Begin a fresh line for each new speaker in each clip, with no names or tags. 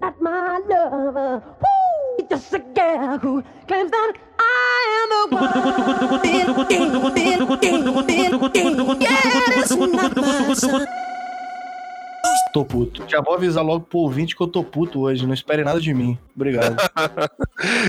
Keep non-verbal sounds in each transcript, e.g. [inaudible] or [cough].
not my lover. Woo! Just a girl who claims that I am the one. Bing, ding, bing, ding, bing, ding. Yeah, it's not my son.
Tô puto. Já vou avisar logo pro ouvinte que eu tô puto hoje. Não espere nada de mim. Obrigado.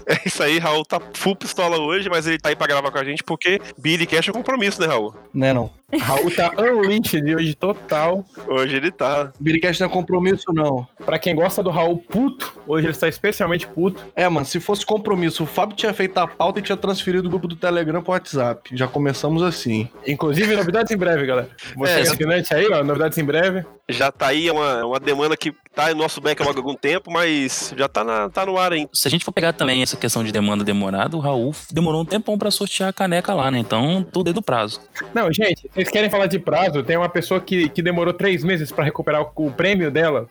É isso aí, Raul tá full pistola hoje, mas ele tá aí pra gravar com a gente porque Billy Cash é um compromisso, né, Raul?
né, não?
Raul tá unleashed de hoje total.
Hoje ele tá.
Biricast não é compromisso, não.
Pra quem gosta do Raul puto, hoje ele está especialmente puto.
É, mano, se fosse compromisso, o Fábio tinha feito a pauta e tinha transferido o grupo do Telegram pro WhatsApp. Já começamos assim.
Inclusive, novidades em breve, galera. Você
É,
é, assinante aí, ó, novidades em breve.
Já tá aí, é uma, uma demanda que tá em nosso backlog há algum tempo, mas já tá, na, tá no ar ainda.
Se a gente for pegar também essa questão de demanda demorada, o Raul demorou um tempão pra sortear a caneca lá, né? Então, tudo é do prazo.
Não, gente, vocês querem falar de prazo? Tem uma pessoa que, que demorou três meses pra recuperar o, o prêmio dela.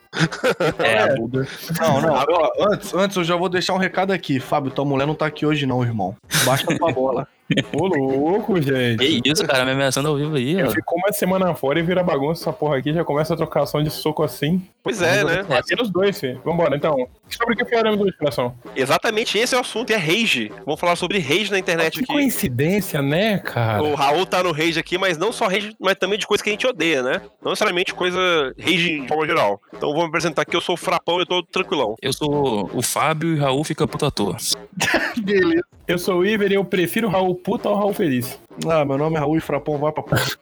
É,
Não,
Ah,
não. ó, antes, antes, eu já vou deixar um recado aqui. Fábio, tua mulher não tá aqui hoje, não, irmão. Baixa tua bola.
Ô, louco, gente.
Que isso, cara, me ameaçando ao vivo aí,
Eu
ó.
fico uma semana fora e vira bagunça essa porra aqui, já começa a trocação de soco assim.
Pois é, né?
Bater os dois, filho. Vambora, então. Sobre o que falaremos hoje, coração?
Exatamente esse é o assunto, é rage. Vamos falar sobre rage na internet
Ah, Que
aqui.
coincidência, né, cara?
O Raul tá no rage aqui, mas não só rage, mas também de coisa que a gente odeia, né? Não necessariamente coisa rage de forma geral. Então vou me apresentar aqui, eu sou o Frapão e eu tô tranquilão.
Eu sou o Fábio e o Raul fica puto à toa.
Beleza.
Eu sou o Iver e eu prefiro o Raul puto ao Raul feliz.
Ah, meu nome é Raul Frapão, vai pra puta.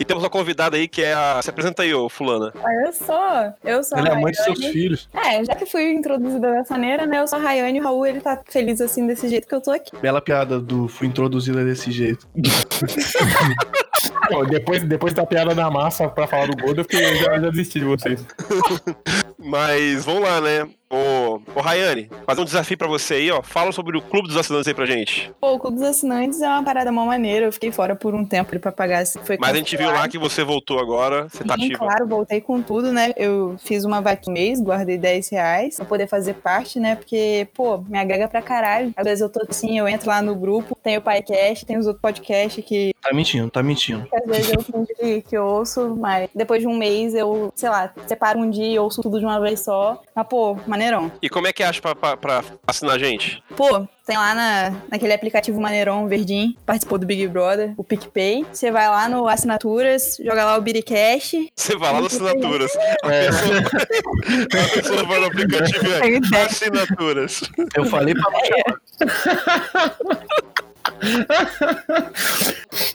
E temos uma convidada aí que é a... Se apresenta aí, ô fulana.
Ah, eu sou. Eu sou
Ele é
a
mãe de seus
Rayane.
filhos.
É, já que fui introduzida dessa maneira, né? Eu sou a Rayane e o Raul, ele tá feliz assim desse jeito que eu tô aqui.
Bela piada do fui introduzida desse jeito.
Pô, depois, depois da piada da massa pra falar do gordo, eu, fiquei, eu já, já desisti de vocês.
Mas vamos lá, né? Ô, ô Rayane, fazer um desafio pra você aí, ó. Fala sobre o Clube dos Assinantes aí pra gente.
Pô, o Clube dos Assinantes é uma parada mó maneira. Eu fiquei fora por um tempo ali pra pagar. esse- Foi
Mas a gente viu lá que você voltou agora, você tá
Sim,
ativa.
claro, voltei com tudo, né? Eu fiz uma vaquinha mês, guardei 10 reais pra poder fazer parte, né? Porque, pô, me agrega pra caralho. Às vezes eu tô assim, eu entro lá no grupo, tem o PyCast, tem os outros podcasts que
Tá mentindo, tá mentindo.
que às vezes eu fingo que, que eu ouço, mas depois de um mês eu, sei lá, separo um dia e ouço tudo de uma vez só. Mas, pô, maneirão.
E como é que acha pra, pra- pra assinar a gente?
Pô, tem lá na, naquele aplicativo maneirão, verdinho, participou do Big Brother, o PicPay. Você vai lá no Assinaturas, joga lá o Biricash.
Você vai lá nas assinaturas.
É.
A pessoa, a pessoa vai [laughs] no aplicativo
[laughs]
e
Tem
[laughs] é
ideia.
assinaturas.
Eu falei pra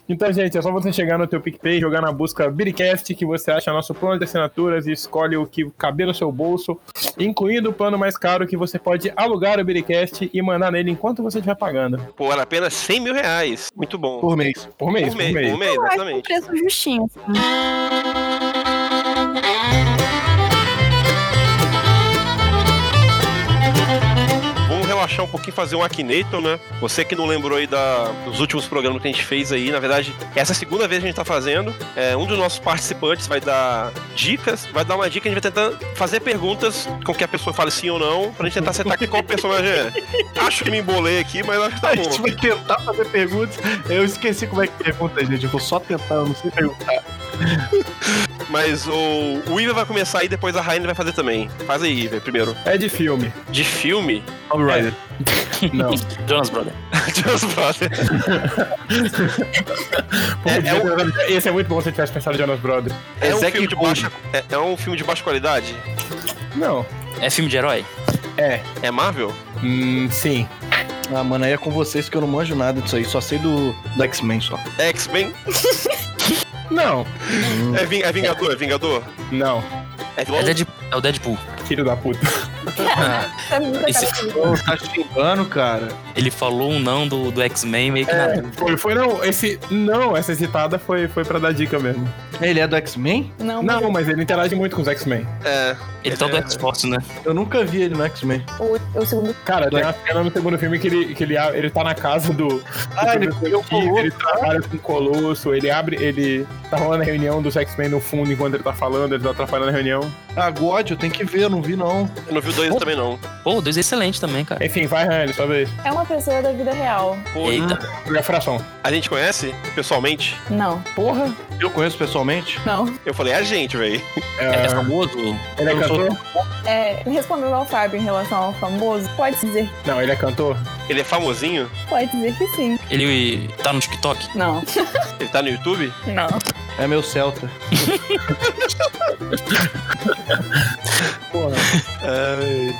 Então, gente, é só você chegar no teu PicPay, jogar na busca Biricast, que você acha nosso plano de assinaturas e escolhe o que caber no seu bolso, incluindo o plano mais caro que você pode alugar o Biricast e mandar nele enquanto você estiver pagando.
Pô, era apenas 100 mil reais. Muito bom.
por mês.
Por mês,
Por mês, por mês,
Eu acho um
exatamente.
preço justinho. assim.
Vamos relaxar um pouquinho, fazer um Akinator, né? Você que não lembrou aí da- dos últimos programas que a gente fez aí, na verdade, essa é a segunda vez que a gente tá fazendo. É, um dos nossos participantes vai dar dicas, vai dar uma dica, a gente vai tentar fazer perguntas com que a pessoa fale sim ou não, pra gente tentar acertar qual personagem é. Acho que me embolei aqui, mas acho que tá
A
bom.
gente vai tentar fazer perguntas. Eu esqueci como é que pergunta, gente. Eu vou só tentar, eu não sei perguntar.
Mas o, o Iver vai começar aí, depois a Raine vai fazer também. Faz aí, Iver, primeiro.
É de filme.
De
[laughs]
filme,
Tomb Raider.
Não.
Jonas Brother.
Jonas Brothers. É- é
[laughs] Esse é muito bom se eu tivesse pensado em Jonas Brothers.
É um
Zack
filme de
Gold.
baixa. É, é um filme de baixa qualidade?
Não.
É filme de herói?
É.
É Marvel?
Hum, sim.
Ah, mano, aí é com vocês que eu não manjo nada disso aí. Só sei do, do X-Men só.
É X-Men?
Não.
Hum. [laughs]
É, Ving- é Vingador? É Vingador?
Não.
É vilão?
É, Deadpool, é o Deadpool.
Filho da puta.
Tá muito
Esse-
cara-
Pô, tá xingando, cara.
Ele falou um não do, do X-Men
É,
meio que na dúvida.
Foi, foi não. Esse. Não, essa citada foi, foi pra dar dica mesmo.
Ele é do X-Men?
Não, mas
Não, mas ele interage muito com os X-Men.
É.
Ele tá do
É.
X-Force, né?
Eu nunca vi ele no X-Men.
o, o segundo
Cara, tem uma cena no segundo filme que ele, que ele, a- ele tá na casa do.
Ah, ele
do
pegou o
Steve,
Colosso.
ele trabalha com o Colosso, ele abre. Ele tá rolando a reunião dos X-Men no fundo enquanto ele tá falando, ele tá atrapalhando a reunião.
Ah, God, eu tenho que ver, eu não vi não.
é-
Eu não vi o dois também, não.
Pô, o dois é excelente também, cara.
Enfim, vai, Ryan, sua vez.
é uma pessoa da vida real.
Pô,
Eita.
Jogar fração.
A gente conhece pessoalmente?
Não.
Porra!
Eu conheço pessoalmente.
Não.
Eu falei, é a gente, velho.
É famoso?
Ele é
eu sou-
cantor?
É, respondendo ao Fábio em relação ao famoso, pode dizer,
Não, ele é cantor?
Ele é famosinho?
pode dizer que sim.
Ele tá no TikTok?
Não.
Ele tá no YouTube?
Não.
É meu Celta. [laughs]
Porra. Cara, eu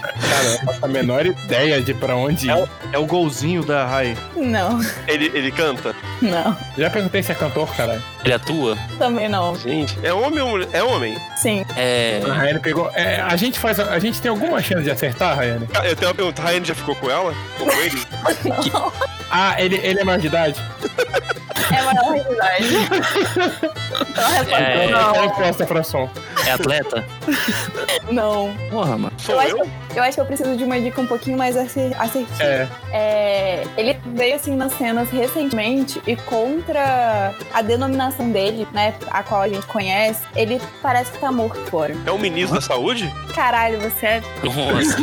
não faço a menor ideia de pra onde ir.
É o golzinho da Rai.
Não.
Ele, ele canta?
Não.
Já perguntei se é cantor, caralho.
Ele atua?
Também não.
Gente. É homem ou mulher? É homem.
Sim.
É.
A Rayane pegou. é, a gente faz. A, a gente tem alguma chance de acertar, Rayane?
Ca- Eu tenho uma pergunta, a Ryan já ficou com ela? Ou com ele?
Ah, ele, ele é maior de idade?
É maior de idade. Então a
É.
Não.
resposta
resposta pra som.
É atleta?
é não. Não.
Porra, mano.
Sou
eu,
eu?
Acho que, eu acho que eu preciso de uma dica um pouquinho mais acer- assertiva.
É.
É, ele veio assim nas cenas recentemente e contra a denominação dele, né, a qual a gente conhece, ele parece que tá morto fora.
É o ministro da saúde?
Caralho, você é
Nossa.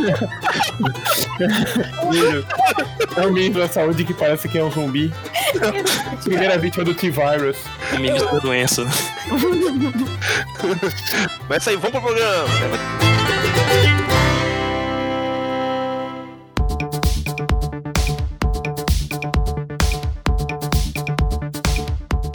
É o ministro da saúde que parece que é um
[laughs]
zumbi. Primeira vítima do T-Virus.
O ministro da doença.
Mas é isso aí, vamos pro programa.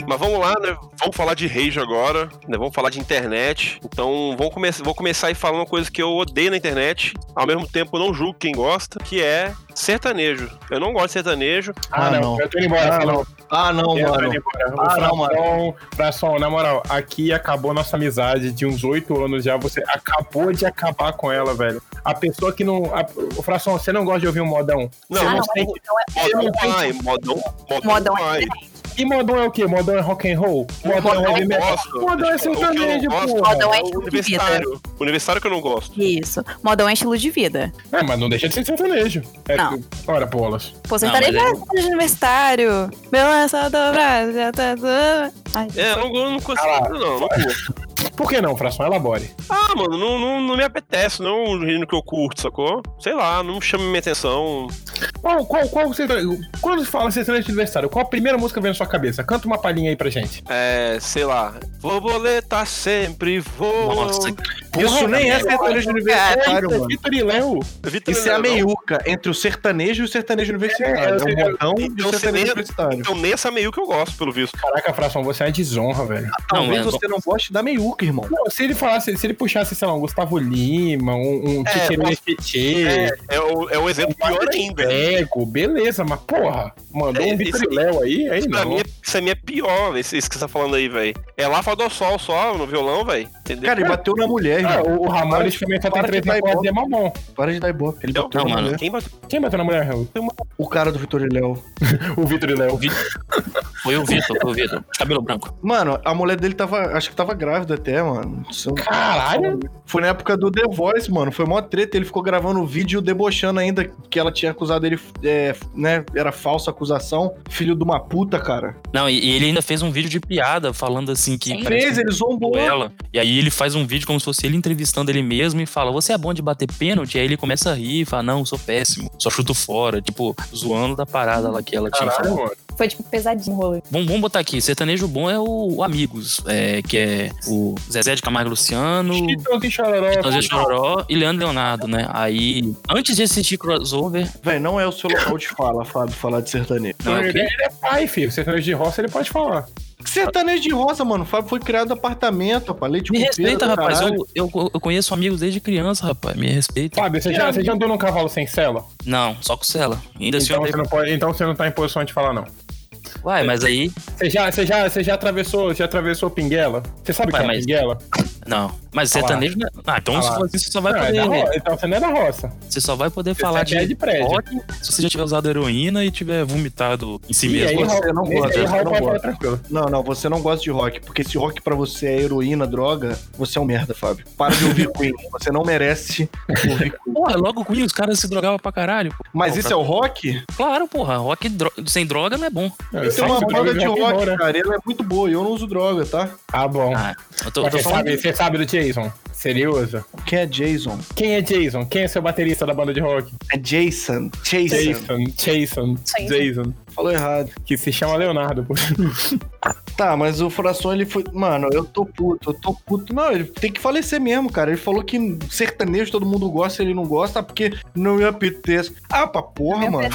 Mas vamos lá, né? Vamos falar de rage agora, né? Vamos falar de internet. Então, vamos come vou começar aí falando uma coisa que eu odeio na internet. Ao mesmo tempo, eu não julgo quem gosta, que é sertanejo. Eu não gosto de sertanejo.
Ah,
Ah,
não.
não.
Eu tô indo embora.
Ah,
falou.
Ah, não,
Eu tô
mano.
indo embora.
Ah,
Ah,
não,
não,
mano.
Pra som, na moral, aqui acabou nossa amizade de uns oito anos já. Você acabou de acabar com ela, velho. A pessoa que não. A, o Fração, você não gosta de ouvir um modão?
Não,
Ah, não,
modão
mas então é
vai, modão, modão,
Modão é
vai.
E modão é o quê? Modão é rock and roll? Modão, é heavy
eu
metal?
gosto.
Modão é
Tipo, o que eu não
sertanejo,
gosto
porra.
Modão é
o
estilo de
universitário. Universitário que eu não gosto.
isso. Modão é estilo de vida.
É, mas não deixa de ser sertanejo. É,
Não.
Ora, bolas.
Pô, você
Não,
tá
mas
ligado é... de universitário. Meu lançado dobrado, já tá tudo. Ai,
É, eu não, eu não consigo,
Ah,
não, não curto.
Por que não, Fração? Elabore.
Ah, mano, não, não, não me apetece, não é um gênero que eu curto, sacou? Sei lá, não chama minha atenção.
Qual, qual, qual sertanejo? Quando fala sertanejo de aniversário, qual a primeira música que vem na sua cabeça? Canta uma palhinha aí pra gente.
É, sei lá. Borboleta sempre voa.
Nossa.
Isso nem é sertanejo
é
universitário,
Eita,
mano.
Vitor e Léo.
Vitor
Isso é a
Leandro,
meiuca entre o sertanejo e o sertanejo
É, eu
universitário. É,
sei,
um botão
eu-
do
eu sei
sertanejo
nem-
universitário.
Então, nessa meio que eu gosto, pelo visto.
Caraca, Fração, você é uma desonra, velho.
Talvez
mas-
você não goste da meiuca, irmão.
Não, se ele falasse, se ele puxasse, sei lá, um Gustavo Lima, um, um
É,
Tiqueiro
nossa. É,
Mexetê,
é, o- é um exemplo pior ainda.
Ego, beleza, mas porra, mandou
É,
um Vitor
isso-
e Léo aí, aí
Isso pra,
não.
mim, é- isso pra mim é pior, isso, isso que você tá falando aí, velho. É lá do sol só, no violão, velho. Entendeu?
Cara, ele bateu na mulher,
Ah,
irmão.
o, o Ramones também tá
para
tem três
que dá
na corda
ibope.
e é mamão.
Para de dar ibope. Ele
Não,
bateu
não,
na
mano.
mulher.
Quem bateu?
Quem bateu na mulher, Raul?
O cara do Vitor e Léo.
O Vitor e Léo.
Foi o Vitor, foi o Vitor. De cabelo branco.
Mano, a mulher dele tava. Acho que tava grávida até, mano. Isso-
Caralho!
Foi na época do The Voice, mano. Foi mó treta. Ele ficou gravando o vídeo debochando ainda que ela tinha acusado ele, é, né? Era falsa acusação. Filho de uma puta, cara.
Não, e, e ele ainda fez um vídeo de piada falando assim que. é.
Sim.
parece
Fez, ele zombou.
com ela. E aí ele faz um vídeo como se fosse ele entrevistando ele mesmo e fala: Você é bom de bater pênalti? Aí ele começa a rir e fala: Não, eu sou péssimo, só chuto fora. Tipo, zoando da parada lá que ela tinha falado.
Caralho, mano.
Foi tipo pesadinho o rolê.
Vamos, vamos botar aqui: sertanejo bom é o, o Amigos, é, que é o Zezé de Camargo e Luciano.
Chitãozinho Chororó.
Zezé de Chororó e Leandro Leonardo, né? Aí, antes de assistir crossover.
Véi, não é o seu local de fala, Fábio, falar de sertanejo.
Não, é o
Ele
quê?
ele é pai, filho. Sertanejo de roça, ele pode falar.
Sertanejo de roça, mano. Fábio foi criado apartamento, rapaz. Leite
Me
com
respeita,
pera,
rapaz.
caralho.
Eu, eu, eu conheço amigos desde criança, rapaz. Me respeita.
Fábio, você já, você já andou num cavalo sem cela?
Não, só com cela. Ainda se
Então
assim,
você, não pode, então você não tá em posição de falar, não.
Uai, mas aí.
Você já, você já, você já atravessou, já atravessou Pinguela? Você sabe o que
Ué,
é
mas-
Pinguela?
Não. Mas
Ah lá.
sertanejo. não é- Ah, então
Ah
se
lá.
for assim, você só vai
Não, é da
poder.
roça. Então você não é da roça.
Você só vai poder falar
Você é
de,
de prédio.
rock se você já tiver usado heroína e tiver vomitado em si
E aí,
mesmo.
você
Raul-
não
nesse
gosta,
aí,
você
Raul
não
pode falar
gosta.
tranquilo.
Não, não, você não gosta de rock, porque se rock pra você é heroína, droga, você é um merda, Fábio. Para de ouvir Queen, [laughs] você não merece ouvir Queen.
Porra, logo com isso, os caras se drogavam pra caralho. pô.
Mas
Não,
isso
pra-
é o rock?
Claro, porra, rock dro- sem droga não é bom.
Não,
Eu
isso
tenho
aí
uma
você
banda
pode
de
jogar
rock,
fora.
cara, e ela é muito boa e eu não uso droga, tá?
Ah, bom.
Ah, eu tô, eu
Mas é você,
tô falando.
sabe, você sabe do Jason? Serioso?
Quem é Jason?
Quem é Jason? Quem é seu baterista da banda de rock?
É Jason. Jason.
Jason, Jason, Jason.
Falou errado.
que se chama Leonardo. pô.
Tá, mas o Furação, ele foi. Mano, eu tô puto, eu tô puto. Não, ele tem que falecer mesmo, cara. Ele falou que sertanejo todo mundo gosta, ele não gosta, porque não me apetece. Ah, pra porra, mano.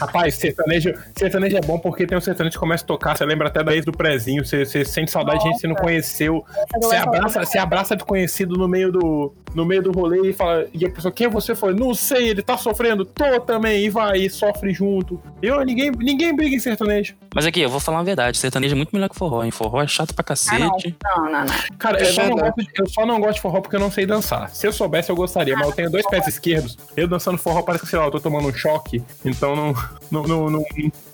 Rapaz, sertanejo, sertanejo é bom porque tem um sertanejo que começa a tocar, você lembra até da ex do prezinho, você, você sente saudade de gente que você não conheceu. Você abraça, você abraça desconhecido no meio do no meio do rolê e fala, e a pessoa, quem é você foi? Não sei, ele tá sofrendo, tô também, e vai, e sofre junto. Eu, ninguém, ninguém briga em sertanejo.
Mas aqui, eu vou falar uma verdade. Sertanejo é muito melhor que forró, hein? Forró é chato pra cacete.
Não, não, não.
Cara, eu,
É
só não
verdade.
gosto de, eu só não gosto de forró porque eu não sei dançar. Se eu soubesse, eu gostaria, mas eu tenho dois pés esquerdos. Eu dançando forró parece que, sei lá, eu tô tomando um choque, então não. não, não, não-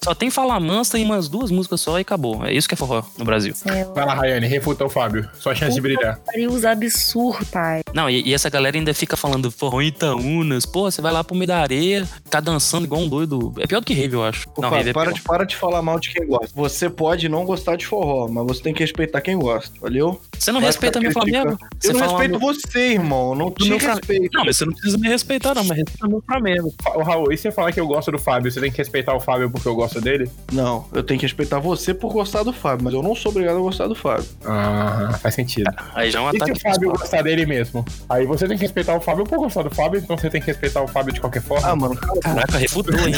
Só tem falar mansa e umas duas músicas só e acabou. É isso que é forró no Brasil.
Vai lá, Rayane, refuta o Fábio. Sua chance de brilhar.
Pariu, absurdo, pai.
Não, e, e essa galera ainda fica falando forró em Itaúnas. Pô, você vai lá pro meio da areia, tá dançando igual um doido. É pior do que rave, eu acho.
Ô,
não,
Fábio,
rave é
para,
pior.
de, para de falar mal de quem gosta. Você pode não gostar de forró, mas você tem que respeitar quem gosta, valeu?
Você não
Para
respeita
ficar
meu Flamengo? Você
eu não
fala
respeito
mal-
você, irmão. Não te
meu
respeito.
Não, mas você não precisa me respeitar, não. Mas respeita meu Flamengo.
Fa- Ô, Raul, e se eu falar que eu gosto do Fábio, você tem que respeitar o Fábio porque eu gosto dele?
Não, eu tenho que respeitar você por gostar do Fábio, mas eu não sou obrigado a gostar do Fábio.
Ah, faz sentido.
Aí já é um
E se
ataque.
o Fábio
pessoal.
gostar dele mesmo? Aí você tem que respeitar o Fábio por gostar do Fábio, então você tem que respeitar o Fábio de qualquer forma.
Ah, mano, cara,
Caraca, refutou, hein?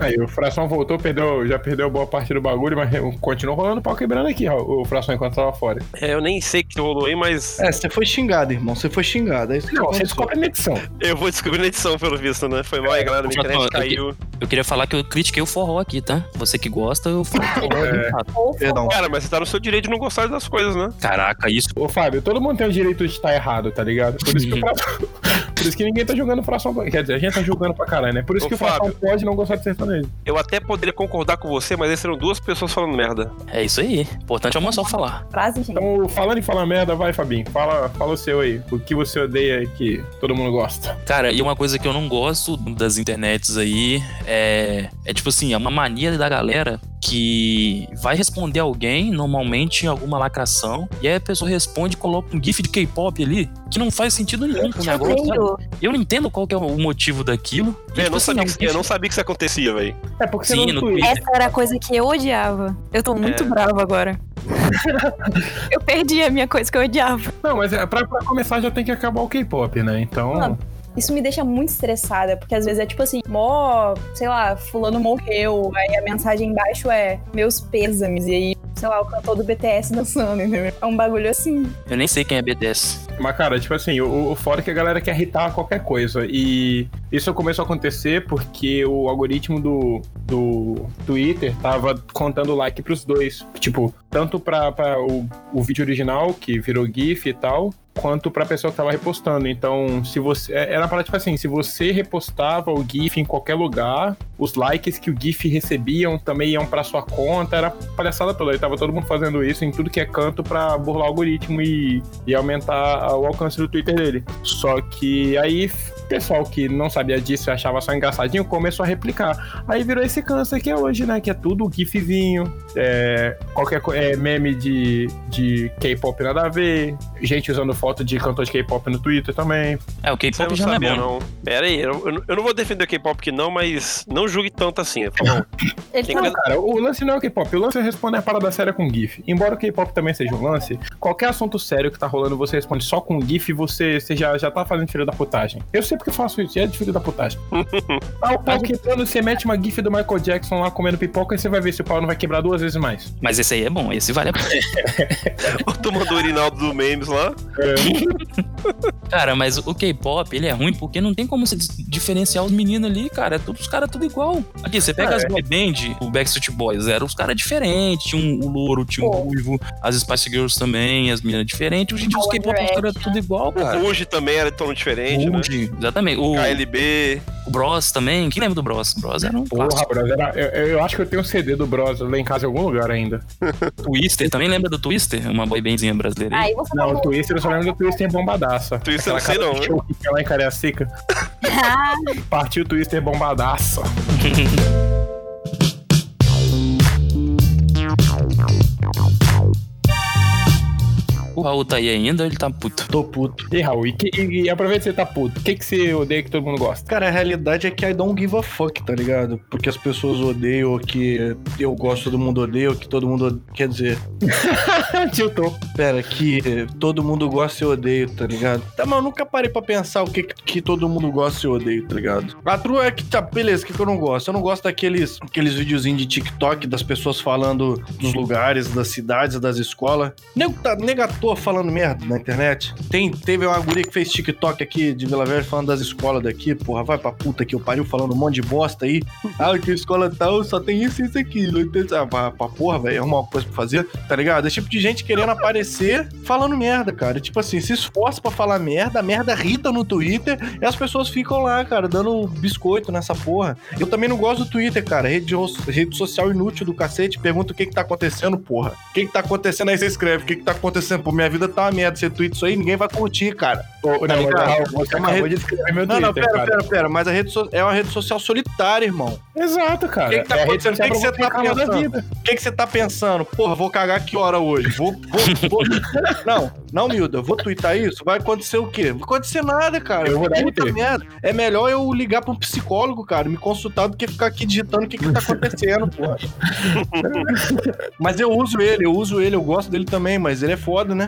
Aí o Fração voltou, perdeu, já perdeu boa parte do bagulho, mas continuou rolando o pau quebrando aqui, ó, o Fração enquanto tava fora.
É, eu nem sei o que rolou aí, mas
é, você foi xingado, irmão. Você foi xingado. É isso que
Não, você
aconteceu.
descobre na edição.
eu vou descobrir na edição, pelo visto, né? Foi mal aí, galera. Minha internet
Fratão, eu que-
caiu.
Eu queria falar que eu critiquei o forró aqui, tá? Você que gosta, eu falo que forró é errado.
Perdão.
Cara, mas você tá no seu direito de não gostar das coisas, né?
Caraca, isso.
Ô Fábio, todo mundo tem o direito de estar errado, tá ligado? Por isso que o Fração... [laughs] Por isso que ninguém tá julgando o Fração. Quer dizer, a gente tá julgando pra caralho, né? Por isso
Ô,
que o Fração
Fábio.
pode não gostar de sertanejo.
Eu até poderia concordar com você, mas aí serão duas pessoas falando merda.
É isso aí. Importante é uma só falar.
Frase, gente.
Então, falando em falar merda, vai, Fabinho. Fala, fala o seu aí. O que você odeia e que todo mundo gosta.
Cara, e uma coisa que eu não gosto das internets aí é. É tipo assim, é uma mania da galera que vai responder alguém, normalmente em alguma lacração, e aí a pessoa responde e coloca um gif de K-pop ali, que não faz sentido nenhum com o negócio. sabe?
Chateiro.
Eu não entendo qual que é o motivo daquilo. E,
Eu
tipo
não,
assim,
sabia
é um
que, eu
gif-
não sabia que isso acontecia, velho.
É porque
Sim,
você não
no
tweet.
Twitter.
Essa era a coisa que eu odiava. Eu tô muito
É.
brava
[laughs]
agora. eu perdi a minha coisa que eu odiava.
Não, mas é, pra, pra começar já tem que acabar o K-pop, né? Então.
Ah, Isso me deixa muito estressada, porque às vezes é tipo assim, mó, sei lá, fulano morreu, aí a mensagem embaixo é meus pêsames, e aí, sei lá, o cantor do BTS dançando, entendeu? É um bagulho assim.
Eu nem sei quem é BTS.
Mas, cara, tipo assim, o, o fora é que a galera quer irritar qualquer coisa. E isso começou a acontecer porque o algoritmo do, do Twitter tava contando like pros dois. Tipo, tanto pra, pra o, o vídeo original, que virou GIF e tal, quanto pra pessoa que tava repostando. Então, se você. é- Era para tipo assim, se você repostava o GIF em qualquer lugar, os likes que o GIF recebiam também iam pra sua conta. Era palhaçada toda. Aí tava todo mundo fazendo isso em tudo que é canto pra burlar o algoritmo e e aumentar o alcance do Twitter dele. Só que aí o pessoal que não sabia disso e achava só engraçadinho começou a replicar. Aí virou esse câncer que é hoje, né? Que é tudo gifzinho, é, qualquer co- é, meme de, de K-pop nada a ver, gente usando foto de cantor de K-pop no Twitter também.
É, o
Você
K-pop
não
já não é
sabia,
bom.
não. Pera aí, eu, eu não- eu não vou defender o K-pop aqui não, mas não julgue tanto assim. por favor.
Ele
Tem
tá
coisa-
Cara, o lance não é o K-pop, o lance é responder a parada séria com GIF. Embora o K-pop também seja um lance, qualquer assunto sério que tá rolando, você responde só com GIF e você, você já, já tá fazendo filho da putagem. Eu sei porque eu faço isso, e é de filho da [laughs] putagem. ah, o pau quebrando, você mete uma GIF do Michael Jackson lá comendo pipoca e você vai ver se o pau não vai quebrar duas vezes mais.
Mas esse aí é bom, esse vale a pena.
[laughs] Tu mandou é- o Irinaldo do Memes lá.
É,
Cara, mas o K-pop, ele é ruim porque não tem como se diferenciar os meninos ali, cara. É tudo, os caras tudo igual. Aqui, você
Ah,
pega
é.
as boy band, o Backstreet Boys, eram os caras diferentes. Tinha um, o louro, tinha um
Pô.
ruivo, as Spice Girls também, as meninas diferentes. Hoje em dia os
Power
K-pop, os caras tudo igual,
O
cara.
Ruge também era de tom diferente, né?
Rude, Exatamente. O,
KLB.
o Bros também. Quem lembra do Bros? Bros era um
Porra,
clássico.
Bros, era- eu, eu acho que eu tenho um CD do Bros lá em casa em algum lugar ainda.
Twister. Também lembra do Twister? Uma boy bandzinha brasileira.
Aí você
Não,
falou,
o Twister, eu só lembro do Twister bombadaça.
Twister eu não sei
Aquela
não,
cara
né?
de show que tinha lá em Cariacica. Partiu o Twister bombadaça.
O o Raul tá aí ainda, ele tá puto.
Tô puto.
E Raul, e, que- e- e aproveita que você tá puto. O que, que você odeia que todo mundo gosta?
Cara, a realidade é que I don't give a fuck, tá ligado? Porque as pessoas odeiam, que eu gosto, todo mundo odeia, ou que todo mundo. ode- Quer dizer,
Tiltou.
pera, que eh, todo mundo gosta e odeio, tá ligado? Tá, mas eu nunca parei pra pensar o que, que todo mundo gosta e odeio, tá ligado? A trua é que tá, beleza, o que, que eu não gosto? Eu não gosto daqueles aqueles videozinhos de TikTok das pessoas falando dos lugares, das cidades, das escolas. Nego tá nega à toa falando merda na internet. Tem, teve uma guria que fez TikTok aqui de Vila Velha falando das escolas daqui, porra, vai pra puta que eu pariu falando um monte de bosta aí. Ah, que escola tal, só tem isso e isso aqui. Não tem- Ah, pra, pra porra, velho, arrumar uma coisa pra fazer, tá ligado? Esse tipo de gente querendo aparecer falando merda, cara. Tipo assim, se esforça pra falar merda, a merda irrita no Twitter e as pessoas ficam lá, cara, dando biscoito nessa porra. Eu também não gosto do Twitter, cara. Rede, ro- rede social inútil do cacete. Pergunta o que que tá acontecendo, porra. O que que tá acontecendo aí, você escreve. O que que tá acontecendo? Pô, minha vida tá uma merda. Você tweet isso aí, ninguém vai curtir, cara.
Ô,
Tá
não,
ligado?
Raul, você
É uma
acabou
rede-
de escrever meu
Não,
Twitter,
não, pera,
cara.
pera, pera. Mas a rede so- é uma rede social solitária, irmão.
Exato, cara.
O que que tá
É a rede
acontecendo? O que que
social
você tá
pra um você reclamar
pensando? O que que você tá pensando? Porra, vou cagar que hora hoje? Vou, vou,
[laughs]
vou... Não, não, miúda, eu vou twittar isso? Vai acontecer o quê? Não vai acontecer nada, cara.
Eu vou dar
Puta
RT.
merda. É melhor eu ligar pra um psicólogo, cara, me consultar do que ficar aqui digitando o que que tá acontecendo,
[laughs]
porra. mas eu uso ele, eu uso ele, eu gosto dele também, mas ele é foda, né?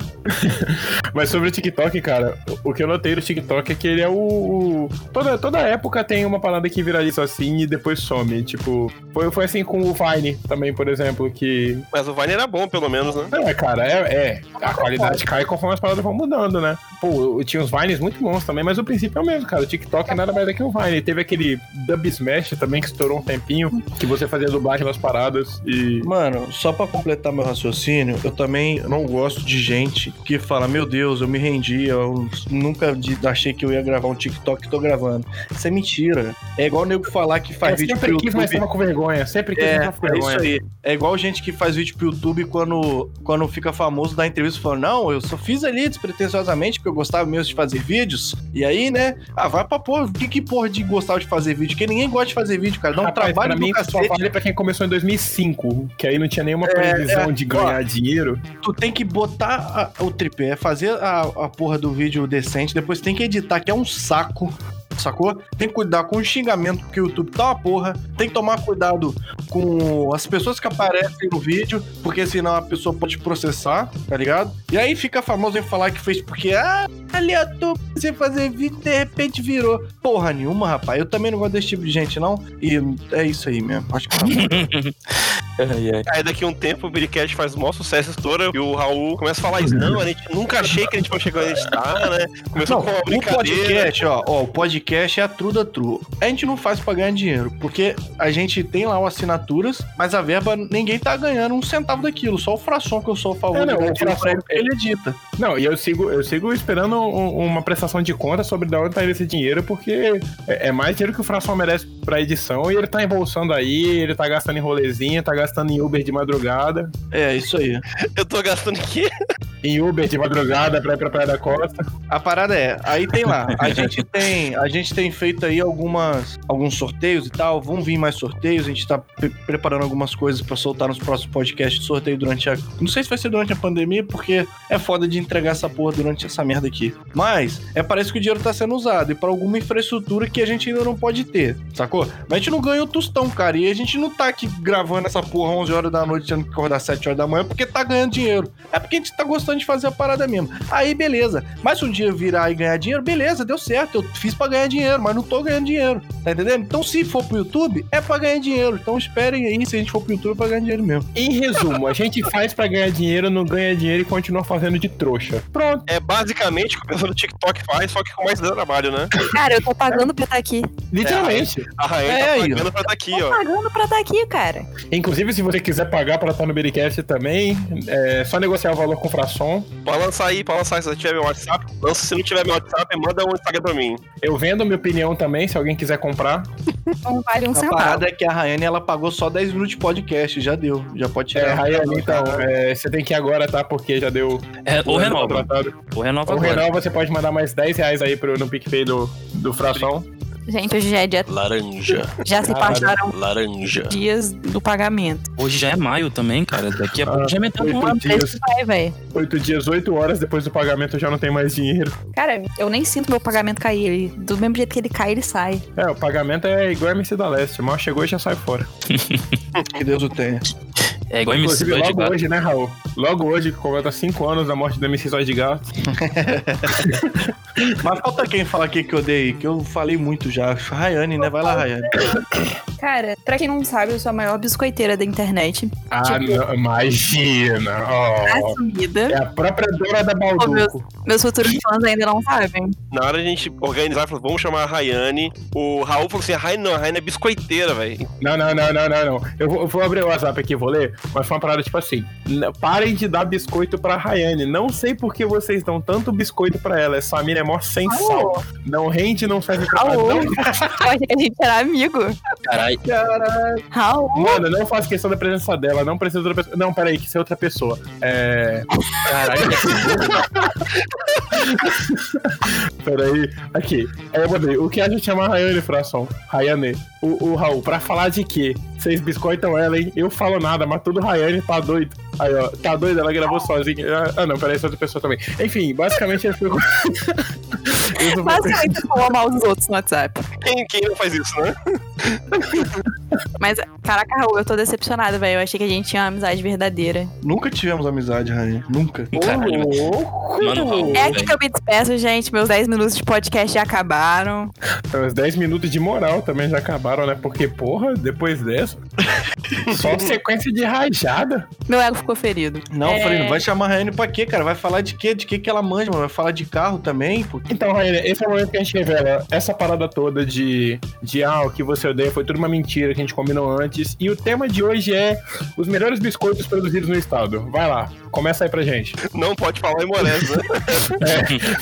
Mas sobre o TikTok, cara, o o que eu notei do TikTok é que ele é o. o- Toda, toda época tem uma parada que viraliza assim e depois some. Tipo, foi, foi assim com o Vine também, por exemplo, que.
Mas o Vine era bom, pelo menos, né?
Não, é, cara, é. é. a qualidade cai conforme as paradas vão mudando, né? Pô, eu tinha uns Vines muito bons também, mas o princípio é o mesmo, cara. O TikTok é nada mais do que o Vine. Teve aquele Dub Smash também que estourou um tempinho, que você fazia dublagem nas paradas e.
Mano, só pra completar meu raciocínio, eu também não gosto de gente que fala: Meu Deus, eu me rendi, eu nunca di- achei que eu ia gravar um TikTok e tô gravando. Isso é mentira. É igual o nego falar que faz
Eu
vídeo pro
É sempre quis, mas
YouTube.
tava com vergonha. Sempre quis,
É,
mas tava com
é
vergonha.
isso aí. É igual gente que faz vídeo pro YouTube quando, quando fica famoso, dá entrevista falando: Não, eu só fiz ali despretensiosamente porque eu gostava mesmo de fazer vídeos. E aí, né? Ah, vai pra porra. Que, que porra de gostar de fazer vídeo? Porque ninguém gosta de fazer vídeo, cara. Dá um
Rapaz,
trabalho
pra mim
do
só
cacete. É,
vale pra quem começou em 2005, que aí não tinha nenhuma previsão de ganhar dinheiro.
tu tem que botar a- o tripé, fazer a, a porra do vídeo decente, depois tem que editar, que é um saco. Sacou? Tem que cuidar com o xingamento, porque o YouTube tá uma porra. Tem que tomar cuidado com as pessoas que aparecem no vídeo, porque senão a pessoa pode te processar, tá ligado? E aí fica famoso em falar que fez porque, ah, aleatório, você fazer vídeo de repente virou. Porra nenhuma, rapaz. Eu também não gosto desse tipo de gente, não. E é isso aí mesmo. Acho que tá bom.
É,
Ai, ai.
Aí daqui a um tempo o Biricat faz o maior sucesso, estoura, e o Raul começa a falar isso. Não, a gente nunca achei que a gente vai chegar onde a gente tá, né? Começou
Não, um
com uma
o
brincadeira.
podcast, ó, ó, o podcast é a True da True. A gente não faz pra ganhar dinheiro, porque a gente tem lá o assinaturas, mas a verba ninguém tá ganhando um centavo daquilo, só o fração que eu sou a favor
É, não,
de
o
dar dinheiro
Fração-
pra ele, porque ele edita.
Não, e eu sigo, eu sigo esperando um- uma prestação de conta sobre de onde tá indo esse dinheiro, porque é, é mais dinheiro que o Fração merece pra edição e ele tá embolsando aí, ele tá gastando em rolezinha, tá gastando em Uber de madrugada,
É, isso aí.
Eu tô gastando aqui.
em Uber de madrugada pra ir pra Praia da Costa.
A parada é, aí tem lá, a gente tem, a gente tem feito aí algumas, alguns sorteios e tal, vão vir mais sorteios, a gente tá pre- preparando algumas coisas pra soltar nos próximos podcasts de sorteio durante a, não sei se vai ser durante a pandemia, porque é foda de entregar essa porra durante essa merda aqui. Mas é parece que o dinheiro tá sendo usado e pra alguma infraestrutura que a gente ainda não pode ter, sacou? Mas a gente não ganha o tostão, cara, e a gente não tá aqui gravando essa porra 11 horas da noite, tendo que acordar 7 horas da manhã, porque tá ganhando dinheiro. É porque a gente tá gostando de fazer a parada mesmo. Aí, beleza. Mas se um dia eu virar e ganhar dinheiro, beleza, deu certo. Eu fiz pra ganhar dinheiro, mas não tô ganhando dinheiro. Tá entendendo? Então, se for pro YouTube, é pra ganhar dinheiro. Então, esperem aí, se a gente for pro YouTube, é pra ganhar dinheiro mesmo.
Em resumo, a gente faz pra ganhar dinheiro, não ganha dinheiro e continua fazendo de trouxa. Pronto.
É basicamente o que o pessoal do TikTok faz, só que com mais trabalho, né?
Cara, eu tô pagando pra estar aqui.
Literalmente.
A Rainha
É,
tá
aí, ó.
pagando pra tá aqui,
Tô
ó.
pagando pra
tá
estar aqui, cara.
Inclusive, se você quiser pagar pra estar no Bericast também, é só negociar o valor com o Fração.
Pra lançar aí, pra lançar. Se você tiver meu WhatsApp, lança. Se não tiver meu WhatsApp, manda um Instagram pra mim.
Eu vendo minha opinião também, se alguém quiser comprar.
Não vale um
Tá
A
centavo.
parada é que a Rayane, ela pagou só 10 minutos de podcast. Já deu. Já pode
É,
tirar.
Rayane, então,
[laughs]
é, você tem que ir agora, tá? Porque já deu.
É, ou
o
renova.
tratado.
Ou renova
Ou
agora.
renova, você pode mandar mais 10 reais aí pro, no PicPay do, do Fração.
Gente, hoje já é dia.
Laranja.
Já se
Caralho.
passaram
Laranja.
dias do pagamento.
Hoje já é maio também, cara. Daqui a
Ah,
pouco já é metade do
oito
ano.
Mas
dias,
vai, velho.
oito dias, oito horas depois do pagamento eu já não tenho mais dinheiro. [laughs]
Cara, eu nem sinto meu pagamento cair. Ele, do mesmo jeito que ele cai, ele sai.
É, o pagamento é igual a MC da Leste. Mal chegou e já sai fora.
Que Deus o tenha.
É igual MC
Inclusive,
Dói de
logo
Gato.
hoje, né, Raul? Logo hoje, que completa cinco anos da morte do MC Zóio é de Gato.
Mas falta quem falar aqui que eu odeio, que eu falei muito já. Rayane, né? Vai lá, Rayane.
Cara,
Pra quem não sabe, eu sou a maior biscoiteira da internet.
Ah, não, imagina! ó.
Assumida.
É a própria dona da
Ah, Ô, meus,
Balduco.
Tá meus futuros fãs ainda não sabem.
Na hora de a gente organizar, falou, vamos chamar a Rayane. O Raul falou assim: a Rayane não, a Rayane é biscoiteira, velho.
Não, não, não, não, não, não. Eu vou, eu vou abrir o WhatsApp aqui, vou ler, mas foi uma parada tipo assim: n- parem de dar biscoito pra Rayane. Não sei por que vocês dão tanto biscoito pra ela. Essa mina é mó sem sal. Não rende, não serve pra
Raul.
nada.
Eu achei que a gente era amigo.
Caralho.
Raul.
Não, mano, não faço questão da presença dela. Não precisa de outra pessoa. Não, peraí, que isso é outra pessoa. É. Caralho, [laughs] que absurdo. Peraí, aqui. Aí eu botei, o que a gente chama Rayane, Fração? Rayane. O, o Raul, pra falar de quê? Vocês biscoitam ela, hein? Eu falo nada, mas tudo Rayane tá doido. Aí, ó, tá doido? Ela gravou sozinha. Ah, Ah, não, peraí, essa outra pessoa também. Enfim, basicamente ele ficou. [laughs] Eu não vou-
Basicamente, eu vou amar os outros no WhatsApp.
Quem, quem não faz isso, né?
Mas, caraca, Raul, eu tô decepcionada, velho. Eu achei que a gente tinha uma amizade verdadeira.
Nunca tivemos amizade, Rayane. Nunca.
Caralho. Mano, Raul,
É aqui
velho.
que eu me despeço, gente. Meus 10 minutos de podcast já acabaram.
Então, Os 10 minutos de moral também já acabaram, né? Porque, porra, depois dessa. só sequência de rajada.
Meu ego ficou ferido.
Não,
É.
eu falei, não vai chamar a Rayane pra quê, cara? Vai falar de quê? De quê que ela manja, mano? Vai falar de carro também? Pô.
Então, Rainer, esse é o momento que a gente revela essa parada toda de, de ah, o que você odeia foi tudo uma mentira que a gente combinou antes. E o tema de hoje é os melhores biscoitos produzidos no estado. Vai lá, começa aí pra gente.
Não pode falar em Moraes, né?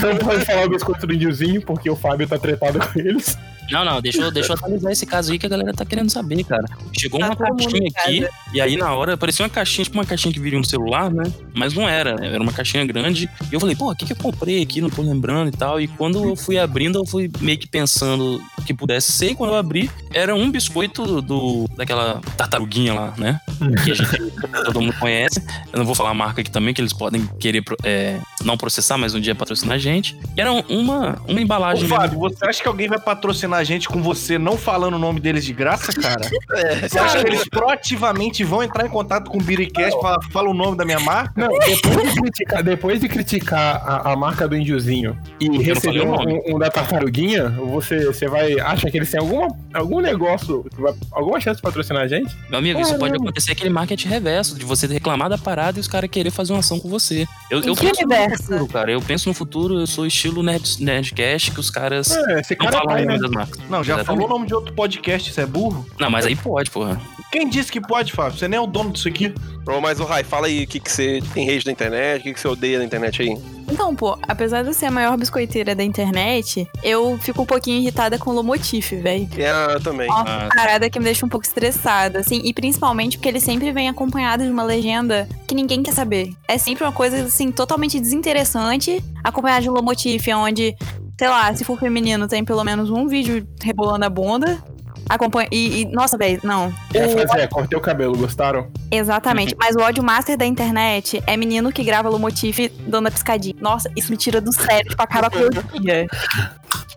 Não pode falar o biscoito do Indiozinho, porque o Fábio tá tretado com eles.
Não, não, deixa eu, deixa eu atualizar esse caso aí que a galera tá querendo saber, cara. Chegou
Tá
uma
todo mundo
caixinha
em casa.
aqui, e aí na hora parecia uma caixinha, tipo uma caixinha que viria no celular, né? Mas não era, né? era uma caixinha grande. E eu falei, pô, o que, que eu comprei aqui? Não tô lembrando e tal. E quando eu fui abrindo, eu fui meio que pensando que pudesse ser. E quando eu abri, era um biscoito do daquela tartaruguinha lá, né? Que a gente,
[laughs]
todo mundo conhece. Eu não vou falar a marca aqui também, que eles podem querer pro- é, não processar, mas um dia patrocinar a gente. E era uma, uma
Ô,
embalagem.
Fábio, você acha que alguém vai patrocinar a gente com você não falando o nome deles de graça,
[laughs]
cara?
É,
Você acha que eles proativamente vão entrar em contato com o Biricast e falar, fala o nome da minha marca?
Não, depois de criticar, depois de criticar a, a marca do Indiozinho e receber
falei o
um,
nome.
um- um da tartaruguinha, você, você vai. Acha que eles têm alguma, algum negócio, que vai- alguma chance de patrocinar a gente?
Meu amigo, isso pode acontecer aquele marketing reverso, de você reclamar da parada e os caras querer fazer uma ação com você. Eu, eu
que
penso no
universo?
futuro, cara. Eu penso no futuro, eu sou estilo nerd, Nerdcast, que os caras
É, esse
não
cara é
falam
pai,
o
né?
nome das marcas.
Não, já
Exatamente.
falou o nome de outro podcast, isso é burro?
Não, mas aí pode, porra.
Quem disse que pode, Fábio? Você nem é o dono disso aqui.
Ô, Mas, o Rai, fala aí o que, que você tem rage na internet, o que, que você odeia na internet aí.
Então, pô, apesar de eu ser a maior biscoiteira da internet, eu fico um pouquinho irritada com o Lomotif, velho.
É, eu também.
Ó.
Ah,
Parada que me deixa um pouco estressada, assim, e principalmente porque ele sempre vem acompanhado de uma legenda que ninguém quer saber. É sempre uma coisa, assim, totalmente desinteressante, acompanhada de um Lomotif, onde, sei lá, se for feminino, tem pelo menos um vídeo rebolando a bunda. Acompanha. E, e- nossa, velho, não.
Quer fazer? É, cortei o cabelo, gostaram?
Exatamente. Mas o ódio master da internet é menino que grava Lomotif dando a piscadinha. Nossa, isso me tira do sério, tipo, acaba com o dia.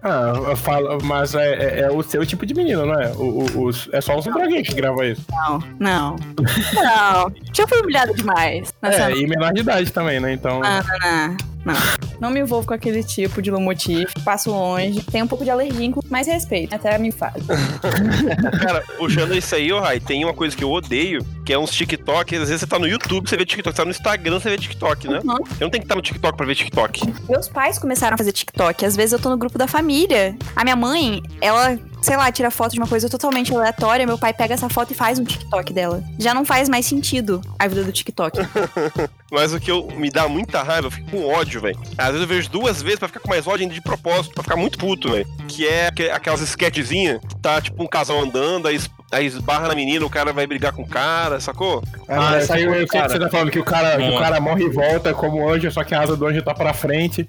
Ah, eu falo, mas é, é- é o seu tipo de menino, não é? O- o- os- é só os droguinhos que gravam isso.
Não, não. Não. Já fui humilhada demais. Nessa
É, e menor de idade também, né? Então.
Tá Ah. Não, não me envolvo com aquele tipo de lomotif, passo longe, tenho um pouco de alergia, inclu- mas respeito, até me faz.
Cara, puxando isso aí, ô Rai, tem uma coisa que eu odeio, que é uns TikTok. Às vezes você tá no YouTube, você vê TikTok. Você tá no Instagram, você vê TikTok, né?
Uhum.
Eu não tenho que estar no TikTok pra ver TikTok.
Meus pais começaram a fazer TikTok, às vezes eu tô no grupo da família. A minha mãe, ela, sei lá, tira foto de uma coisa totalmente aleatória, meu pai pega essa foto e faz um TikTok dela. Já não faz mais sentido a vida do
[laughs]
TikTok.
Mas o que eu, me dá muita raiva, eu fico com ódio, velho. Às vezes eu vejo duas vezes pra ficar com mais ódio ainda de propósito, pra ficar muito puto, velho. Que é aqu- aquelas sketchzinhas que tá tipo um casal andando, aí, es- aí esbarra na menina, o cara vai brigar com o cara, sacou? [laughs]
Ah,
É,
eu, sei, eu sei que
cara.
você tá falando que o cara, que o
Hum.
cara morre e volta como anjo, só que a asa do anjo tá pra frente.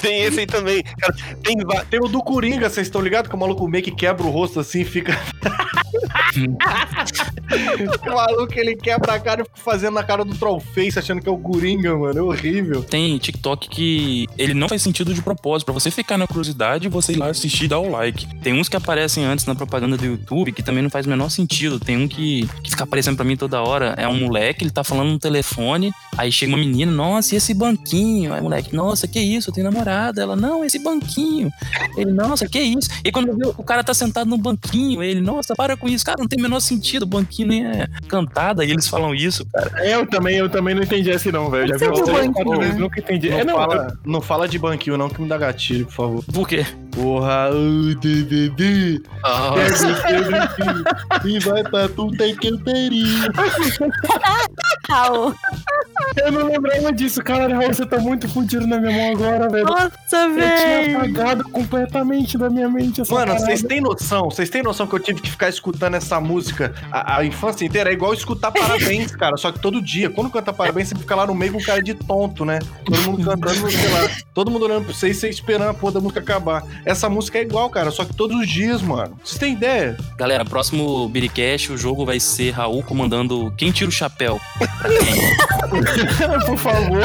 tem esse aí também. Cara, tem, va-
Tem o do Coringa, vocês estão ligados? Que o maluco meio que quebra o rosto assim e fica. [laughs] o maluco ele quebra a cara e fica fazendo na cara do Trollface, achando que é o Coringa, mano. É horrível.
Tem TikTok que ele não faz sentido de propósito. Pra você ficar na curiosidade, você ir lá assistir e dar o like. Tem uns que aparecem antes na propaganda do YouTube que também não faz o menor sentido. Tem um que, que fica aparecendo pra mim toda hora. É um moleque, ele tá falando no telefone. Aí chega uma menina, nossa, e esse banquinho? Aí o moleque, nossa, que isso? Eu tenho namorada. Ela, não, esse banquinho. Ele, nossa, que isso? E quando vê, o cara tá sentado no banquinho, ele, nossa, para com isso. Cara, não tem o menor sentido. O banquinho nem é cantada. E eles falam isso, cara.
Eu também, eu também não entendi esse não, velho. Já vi
Você
umas
viu
três,
o
quatro
banquinho?
vezes, nunca entendi.
Não,
É, não,
fala, não fala de banquinho, não, que me dá gatilho, por favor.
Por quê?
Porra, É ai, DDD. E vai pra tu, tem que
Raul.
eu, eu não lembrava disso, cara. Raul, você tá muito fudido na minha mão agora, velho.
Nossa,
Eu
velho.
tinha apagado completamente da minha mente essa
Mano,
parada.
vocês têm noção? Vocês têm noção que eu tive que ficar escutando essa música a, a infância inteira? É igual escutar parabéns, cara. Só que todo dia. Quando canta parabéns, você fica lá no meio com um cara de tonto, né? Todo mundo cantando, sei lá. Todo mundo olhando pra vocês e você esperando a porra da música acabar. Essa música é igual, cara. Só que todos os dias, mano. Vocês têm ideia?
Galera, próximo Biricast, o jogo vai ser Raul comandando Quem Tira o Chapéu.
[laughs]
Por favor.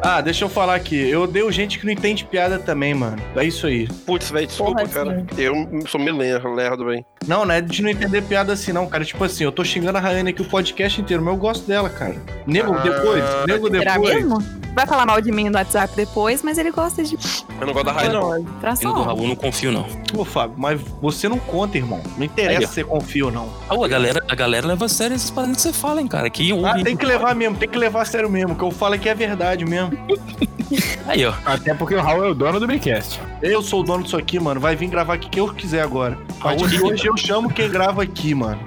Ah, deixa eu falar aqui. Eu odeio gente que não entende piada também, mano. É isso aí.
Putz, velho, desculpa,
Porra,
cara. Eu sou meio lerdo, lerdo, velho.
Não, não é de não entender piada assim, não, cara. Tipo assim, eu tô xingando a Rayane aqui o podcast inteiro, mas eu gosto dela, cara. Nego
Ah,
depois, nego
Será
depois.
mesmo? Vai falar mal de mim no WhatsApp depois, mas ele gosta de
Eu não gosto da raiva.
Não,
E no do
fração.
Raul não confio, não.
Pô, Fábio, mas você não conta, irmão. Não
Aí,
interessa
ó.
se você confia ou não.
Raul, a galera, a galera leva a sério essas paradas que você fala, hein, cara. Que um
Ah,
ouve-
tem que levar mesmo, tem que levar a sério mesmo. O que eu falo é que é verdade mesmo.
Aí, ó.
Até porque o Raul é o dono do Bricast.
Eu sou o dono disso aqui, mano. Vai vir gravar aqui quem eu quiser agora.
Pode
Hoje,
vir.
hoje eu chamo quem grava aqui, mano.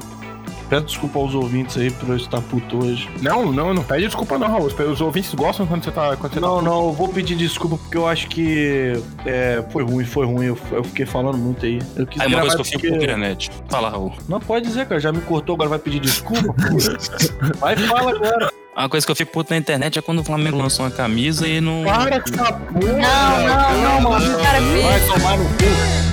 Peço desculpa aos ouvintes aí por eu estar puto hoje.
Não, não, não pede desculpa não, Raul. Os ouvintes gostam quando você tá... Quando você
Não, não, eu vou pedir desculpa porque eu acho que é, foi ruim, foi ruim. Eu, eu fiquei falando muito aí. Eu quis
Aí uma
gravar
coisa que eu fico com o
porque...
Piranete. Fala, Raul.
Não pode dizer, cara. Já me cortou, agora vai pedir desculpa. [laughs] pô. vai fala agora.
Uma coisa que eu fico puto na internet é quando o Flamengo lançou
Ah,
uma camisa e não.
Para com essa porra!
Não, não, não, mano. Cara,
Vai tomar no cu.